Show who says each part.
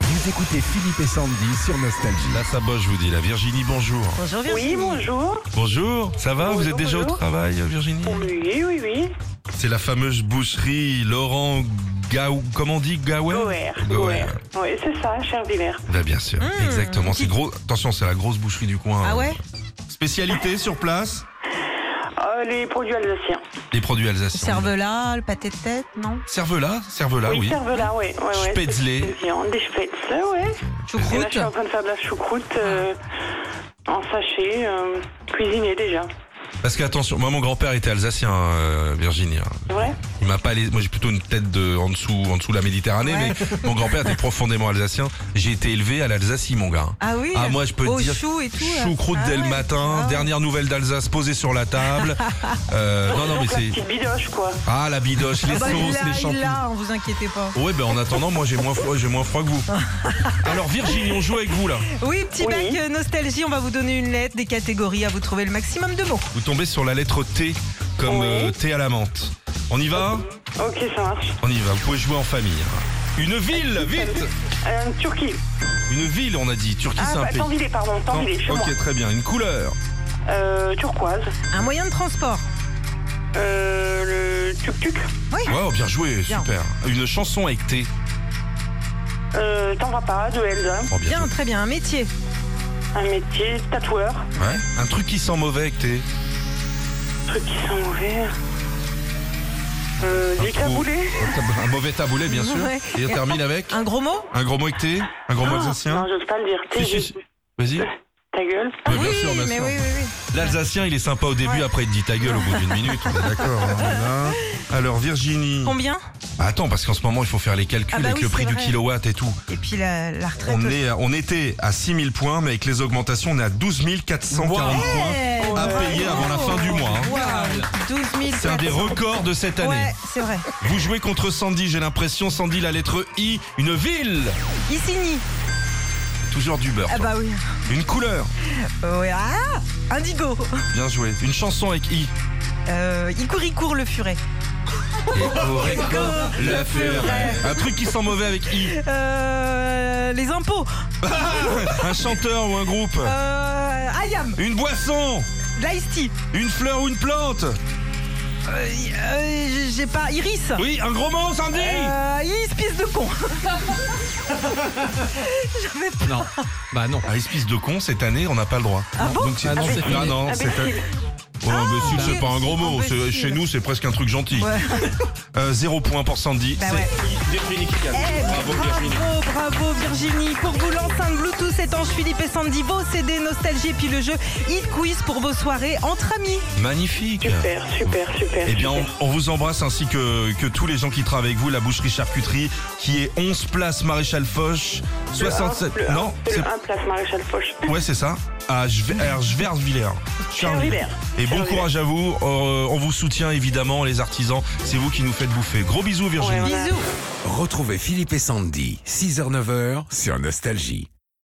Speaker 1: Vous écoutez Philippe et Sandy sur Nostalgie.
Speaker 2: Là, ça bosse, je vous dis. La Virginie, bonjour.
Speaker 3: Bonjour
Speaker 4: Oui,
Speaker 3: Virginie.
Speaker 4: bonjour.
Speaker 2: Bonjour, ça va Vous
Speaker 4: Bonjour,
Speaker 2: êtes déjà au
Speaker 4: bonjour.
Speaker 2: travail, Virginie
Speaker 4: Oui, oui, oui.
Speaker 2: C'est la fameuse boucherie Laurent Gaou. Comment on dit Gaouer
Speaker 4: Goer.
Speaker 2: Goer.
Speaker 4: Goer. Oui, c'est ça, cher Villers.
Speaker 2: Bah, bien sûr,
Speaker 3: Mmh,
Speaker 2: exactement. C'est
Speaker 3: petite-
Speaker 2: gros. Attention, c'est la grosse boucherie du coin.
Speaker 3: Ah ouais
Speaker 2: Spécialité sur place
Speaker 4: Euh, les produits alsaciens.
Speaker 2: Les produits
Speaker 3: Le
Speaker 2: alsaciens.
Speaker 3: cervelas, le pâté de tête, non
Speaker 2: Cervela, cervela, Ah oui.
Speaker 4: cervelas, oui. Ouais, ouais,
Speaker 2: Spätzle.
Speaker 4: c'est spécial. Des spätzle, ouais. Et là, je
Speaker 3: Choucroute
Speaker 4: suis en train de faire de la choucroute euh, en sachet, euh, cuisinée déjà.
Speaker 2: Parce qu'attention, moi, mon grand-père était alsacien, euh, Virginie.
Speaker 4: C'est vrai
Speaker 2: Il m'a pas laissé- Moi, j'ai plutôt une tête de, en dessous, en dessous de la Méditerranée,
Speaker 3: Ouais.
Speaker 2: mais mon grand-père était profondément alsacien. J'ai été élevé à l'Alsacie, mon gars.
Speaker 3: Ah oui
Speaker 2: Ah, moi, je peux te
Speaker 3: Au
Speaker 2: dire-
Speaker 3: chou et tout là.
Speaker 2: Choucroute
Speaker 3: Ah
Speaker 2: dès le
Speaker 3: ouais.
Speaker 2: matin,
Speaker 3: Ah ouais.
Speaker 2: dernière nouvelle d'Alsace posée sur la table. Euh, non, non, mais
Speaker 4: Donc, la
Speaker 2: c'est.
Speaker 4: petite bidoche, quoi.
Speaker 2: Ah, la bidoche, les
Speaker 3: Ah bah, il
Speaker 2: sauces,
Speaker 3: l'a,
Speaker 2: les
Speaker 3: il
Speaker 2: champignons.
Speaker 3: l'a, vous inquiétez pas.
Speaker 2: Ouais, ben en attendant, moi j'ai moins froid, j'ai moins froid que vous. Alors Virginie, on joue avec vous là.
Speaker 3: Oui, petit
Speaker 4: Oui.
Speaker 3: bac euh, nostalgie, on va vous donner une lettre, des catégories, à vous trouver le maximum de mots.
Speaker 2: Vous tombez sur la lettre T, comme
Speaker 4: Oui.
Speaker 2: euh, thé à la menthe. On y va
Speaker 4: Ok, ça marche.
Speaker 2: On y va, vous pouvez jouer en famille. Une ville, vite
Speaker 4: Euh, Turquie.
Speaker 2: Une ville, on a dit. Turquie,
Speaker 4: Ah,
Speaker 2: c'est un
Speaker 4: bah,
Speaker 2: pays.
Speaker 4: Tandilé, pardon.
Speaker 2: Non,
Speaker 4: Tandilé, chez moi.
Speaker 2: ok, très bien. Une couleur.
Speaker 4: Euh, turquoise.
Speaker 3: Un moyen de transport.
Speaker 4: Euh, le tuk-tuk.
Speaker 2: Wow, bien joué,
Speaker 3: Bien.
Speaker 2: super. Une chanson avec T.
Speaker 4: Euh, T'en vas pas, de Elsa.
Speaker 2: Oh,
Speaker 3: Bien,
Speaker 2: joué.
Speaker 3: très bien. Un métier.
Speaker 4: Un métier, tatoueur.
Speaker 2: Ouais. Un truc qui sent mauvais avec T.
Speaker 4: Truc qui sont ouverts. Euh,
Speaker 2: Un
Speaker 4: du
Speaker 2: trou-
Speaker 4: taboulé.
Speaker 2: Un tab- un mauvais taboulet, bien sûr.
Speaker 3: Ouais.
Speaker 2: Et on termine avec
Speaker 3: Un Ah. gros mot
Speaker 2: un gros mot avec T. Un gros mot alsacien.
Speaker 4: Ah, Non, j'ose pas le dire.
Speaker 2: Si,
Speaker 4: T'es
Speaker 2: si, si. Vas-y.
Speaker 4: ta gueule.
Speaker 2: Mais bien
Speaker 3: Oui,
Speaker 2: sûr, bien
Speaker 3: mais
Speaker 2: sûr.
Speaker 3: oui, oui, oui.
Speaker 2: L'Alsacien, il est sympa au début,
Speaker 3: Ouais.
Speaker 2: après il te dit ta gueule au bout d'une minute. On est D'accord. hein, voilà. Alors Virginie. Bah,
Speaker 3: Combien
Speaker 2: Attends, parce qu'en ce moment, il faut faire les calculs
Speaker 3: Ah bah
Speaker 2: avec
Speaker 3: oui,
Speaker 2: le
Speaker 3: c'est
Speaker 2: prix du
Speaker 3: vrai.
Speaker 2: kilowatt et tout.
Speaker 3: Et puis la, la retraite.
Speaker 2: On,
Speaker 3: aussi.
Speaker 2: est, à- on était à 6000 points, mais avec les augmentations, on est à 12 440 points
Speaker 3: Eh,
Speaker 2: à
Speaker 3: bravo.
Speaker 2: payer avant la fin du mois. hein.
Speaker 3: Waouh, 12 000.
Speaker 2: C'est un des records de cette année.
Speaker 3: Ouais, c'est vrai.
Speaker 2: Vous jouez contre Sandy, j'ai l'impression. Sandy, la lettre I, une ville.
Speaker 3: Isigny.
Speaker 2: Toujours du beurre.
Speaker 3: Ah
Speaker 2: toi.
Speaker 3: bah oui.
Speaker 2: Une couleur.
Speaker 3: Euh, ouais, Ah Indigo.
Speaker 2: Bien joué. Une chanson avec I.
Speaker 3: Euh, Icouricourt le furet.
Speaker 2: La
Speaker 3: furet.
Speaker 2: Un truc qui sent mauvais avec I.
Speaker 3: Euh, les impôts.
Speaker 2: Un chanteur ou un groupe.
Speaker 3: Euh, Ayam.
Speaker 2: Une boisson.
Speaker 3: L'Ice
Speaker 2: Une fleur ou une plante.
Speaker 3: Euh, J'ai pas. Iris.
Speaker 2: Oui, un gros mot, Sandy.
Speaker 3: Euh, espèce de con. J'avais pas.
Speaker 5: Non. Bah non.
Speaker 2: Ah, espèce de con, cette année, on n'a pas le droit.
Speaker 3: Ah bon
Speaker 2: Donc, c'est-
Speaker 5: Ah non, c'est
Speaker 2: Ah
Speaker 5: fini.
Speaker 2: non, c'est pas.
Speaker 4: Imbécile.
Speaker 2: Oh, imbécile,
Speaker 3: bah.
Speaker 2: c'est pas un gros mot. C'est-
Speaker 3: Imbécile.
Speaker 2: Chez nous, c'est presque un truc gentil.
Speaker 3: Ouais.
Speaker 2: Euh, zéro point pour Sandy.
Speaker 3: Bah
Speaker 2: c'est
Speaker 3: ouais.
Speaker 2: I, Virginie qui gagne.
Speaker 3: Eh,
Speaker 2: Bravo, Virginie.
Speaker 3: bravo, bravo Virginie. Pour vous, l'enceinte Bluetooth étanche Philippe et Sandy, vos CD Nostalgie et puis le jeu Hit Quiz pour vos soirées entre amis.
Speaker 2: Magnifique.
Speaker 4: Super, super, super.
Speaker 2: Eh bien,
Speaker 4: super.
Speaker 2: on, on vous embrasse ainsi que, que tous les gens qui travaillent avec vous, la boucherie charcuterie, qui est 11 place Maréchal Foch,
Speaker 4: Le
Speaker 2: 67.
Speaker 4: un, le
Speaker 2: non,
Speaker 4: un,
Speaker 2: c'est.
Speaker 4: le 1 place Maréchal Foch.
Speaker 2: Ouais, c'est ça. À Schwe- à Schwerzwiller.
Speaker 4: Schwerzwiller.
Speaker 2: Et bon
Speaker 4: Schwerzwiller.
Speaker 2: courage à vous. Euh, on vous soutient évidemment, les artisans. C'est vous qui nous faites bouffer. Gros bisous, Virginie.
Speaker 4: Ouais, ouais.
Speaker 3: Bisous.
Speaker 1: Retrouvez Philippe et Sandy, 6h-9h sur Nostalgie.